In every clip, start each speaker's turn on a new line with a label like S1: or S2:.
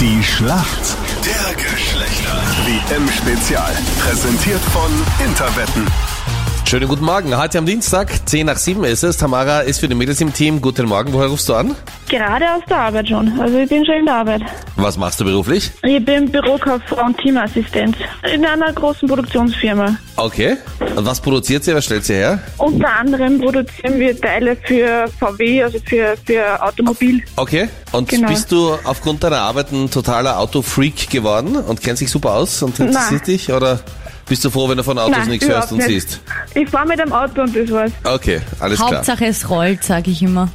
S1: Die Schlacht der Geschlechter. WM-Spezial. Präsentiert von Interwetten.
S2: Schönen guten Morgen. Heute am Dienstag, 10 nach 7 ist es. Tamara ist für die Mädels im Team. Guten Morgen. Woher rufst du an?
S3: Gerade aus der Arbeit schon. Also ich bin schon in der Arbeit.
S2: Was machst du beruflich?
S3: Ich bin Bürokauffrau und Teamassistenz in einer großen Produktionsfirma.
S2: Okay. Und was produziert sie? Was stellt sie her?
S3: Unter anderem produzieren wir Teile für VW, also für, für Automobil.
S2: Okay. Und
S3: Genau.
S2: bist du aufgrund deiner Arbeit ein totaler Autofreak geworden und kennst dich super aus und
S3: Nein.
S2: interessiert dich? Oder bist du froh, wenn du von Autos
S3: Nein,
S2: nichts hörst und
S3: überhaupt nicht.
S2: siehst?
S3: Ich fahre mit dem Auto und das war's.
S2: Okay, alles klar.
S4: Hauptsache es rollt, sage ich immer.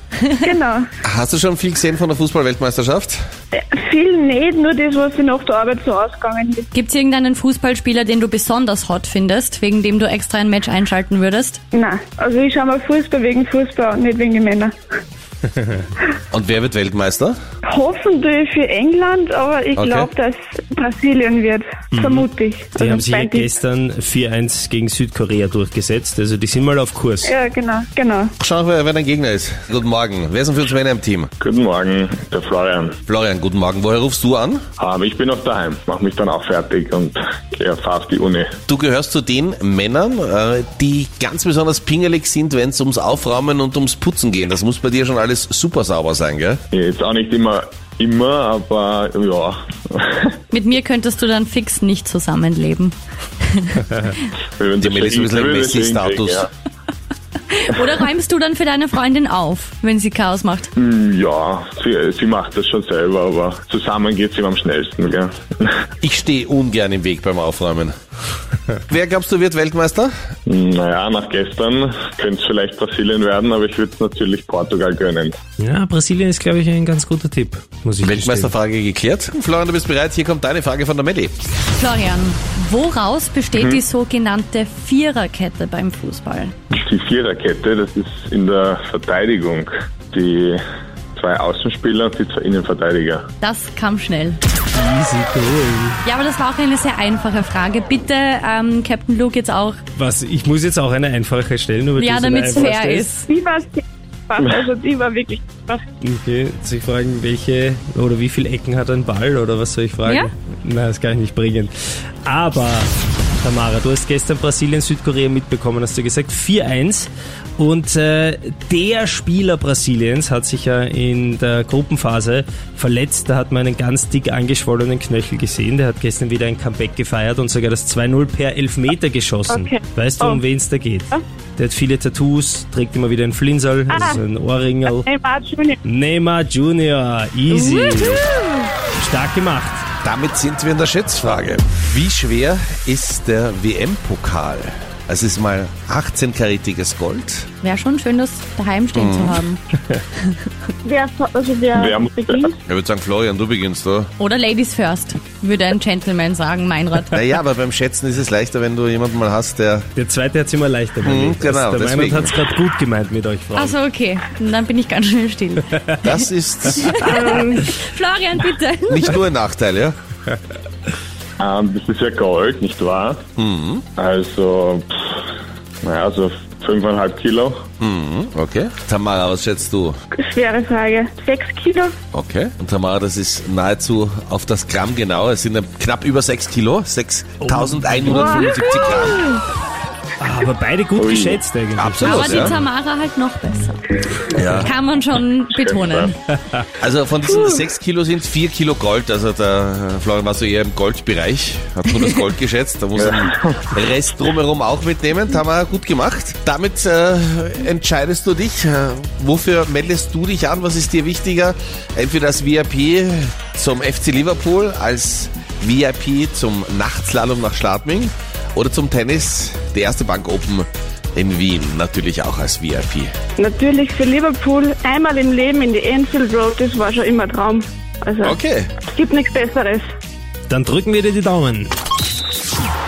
S3: Genau.
S2: Hast du schon viel gesehen von der Fußball-Weltmeisterschaft?
S3: Äh, Viel nicht, nur das, was mir nach der Arbeit so ausgegangen ist.
S4: Gibt's irgendeinen Fußballspieler, den du besonders hot findest, wegen dem du extra ein Match einschalten würdest?
S3: Nein. Also ich schaue mal Fußball wegen Fußball und nicht wegen den Männern.
S2: Und wer wird Weltmeister?
S3: Hoffentlich für England, aber ich
S2: Okay. Mhm.
S3: glaube, dass Brasilien wird. Vermute ich.
S5: Die
S3: Also
S5: haben sich ja
S2: eh
S3: mein Tipp.
S5: gestern 4-1 gegen Südkorea durchgesetzt, also die sind mal auf Kurs.
S3: Ja, genau, genau.
S2: Schau, wer wer dein Gegner ist. Guten Morgen. Wer sind für uns Männer im Team?
S6: Guten Morgen, der Florian.
S2: Florian, guten Morgen. Woher rufst du an?
S6: Ähm, ich bin noch daheim, mache mich dann auch fertig und fahre auf die Uni.
S2: Du gehörst zu den Männern, äh, die ganz besonders pingelig sind, wenn es ums Aufräumen und ums Putzen geht. Das muss bei dir schon alles super sauber sein, gell?
S6: Jetzt auch nicht immer, immer, aber ja.
S4: Mit mir könntest du dann fix nicht zusammenleben.
S6: Wir würden
S2: Die
S6: das
S2: Mädels
S6: schon
S2: ein bisschen
S6: hinkriegen, wir würden das schon
S2: Messi-Status.
S6: hinkriegen,
S4: Oder räumst du dann für deine Freundin auf, wenn sie Chaos macht?
S6: Ja, ja sie, sie macht das schon selber, aber zusammen geht's immer am schnellsten. Gell?
S2: Ich stehe ungern im Weg beim Aufräumen. Wer glaubst du wird Weltmeister?
S6: Naja, nach gestern könnte es vielleicht Brasilien werden, aber ich würde es natürlich Portugal gönnen.
S5: Ja, Brasilien ist, glaube ich, ein ganz guter Tipp, muss ich gestehen.
S2: Weltmeisterfrage geklärt. Florian, du bist bereit. Hier kommt deine Frage von der Melli.
S4: Florian, woraus besteht
S2: Mhm.
S4: die sogenannte Viererkette beim Fußball?
S6: Die Viererkette, das ist in der Verteidigung die zwei Außenspieler und die zwei Innenverteidiger.
S4: Das kam schnell.
S5: Easy goal.
S4: Ja, aber das war auch eine sehr einfache Frage. Bitte, ähm, Captain Luke, jetzt auch.
S5: Was, ich muss jetzt auch eine einfache stellen, aber
S4: Ja,
S5: die
S4: damit es
S5: so eine
S4: fair
S5: einfache
S4: ist.
S3: Die war sehr fast, also die war wirklich fast.
S5: Okay, soll ich fragen, welche oder wie viele Ecken hat ein Ball oder was soll ich fragen?
S4: Ja.
S5: Nein, das kann ich nicht bringen. Aber, Tamara, du hast gestern Brasilien-Südkorea mitbekommen, hast du gesagt, 4-1. Und äh, der Spieler Brasiliens hat sich ja in der Gruppenphase verletzt. Da hat man einen ganz dick angeschwollenen Knöchel gesehen. Der hat gestern wieder ein Comeback gefeiert und sogar das 2-0 per Elfmeter geschossen.
S3: Okay.
S5: Weißt du, um
S3: Oh.
S5: wen es da geht? Der hat viele Tattoos, trägt immer wieder einen Flinsal,
S3: Ah.
S5: also so einen Ohrringel.
S3: Neymar Junior.
S5: Neymar Junior, easy. Stark gemacht.
S2: Damit sind wir in der Schätzfrage. Wie schwer ist der WM-Pokal? Es ist mal 18-karatiges Gold.
S4: Wäre schon schön, das daheim stehen
S2: Mhm.
S4: zu haben.
S3: Wer, also wer,
S6: Wer muss-
S3: beginnt?
S2: Ich würde sagen, Florian, du beginnst, oder?
S4: Oder Ladies first, würde ein Gentleman sagen, Meinrad.
S2: Naja, aber beim Schätzen ist es leichter, wenn du jemanden mal hast, der...
S5: Der zweite hat es immer leichter
S2: Mhm,
S5: gemacht.
S2: genau,
S5: Der Meinung
S2: deswegen.
S5: hat es gerade gut gemeint mit euch, Frau.
S4: Also okay, dann bin ich ganz schnell still. Ähm,
S2: Das ist
S4: Florian, bitte.
S2: nicht nur ein Nachteil, ja?
S6: Ähm, das ist ja Gold, nicht wahr? Also, pff, naja, so 5,5 Kilo.
S2: Hm? Okay. Tamara, was schätzt du?
S3: Schwere Frage. Sechs Kilo?
S2: Okay. Und Tamara, das ist nahezu auf das Gramm genau. Es sind knapp über 6 Kilo. 6175 Gramm.
S5: Ah, Aber beide gut geschätzt eigentlich.
S4: Aber
S2: Absolut,
S4: die
S2: ja.
S4: Tamara halt noch besser.
S2: ja.
S4: Kann man schon betonen.
S2: Also von diesen 6 Kilo sind 4 Kilo Gold. Also der äh, Florian war so eher im Goldbereich. Hat nur das Gold geschätzt. Da muss er den Rest drumherum auch mitnehmen. Tamara, gut gemacht. Damit äh, entscheidest du dich. Äh, wofür meldest du dich an? Was ist dir wichtiger? Entweder als VIP zum FC Liverpool, als VIP zum Nachtslalom nach Schladming oder zum Tennis, der erste Bank Open in Wien. Natürlich auch als VIP.
S3: Natürlich für Liverpool. Einmal im Leben in die Enfield Road, das war schon immer ein Traum. Also
S2: Okay.
S3: es gibt nichts Besseres.
S5: Dann drücken wir dir die Daumen.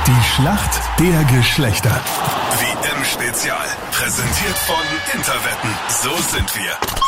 S1: Die Schlacht der Geschlechter. WM-Spezial. Präsentiert von Interwetten. So sind wir.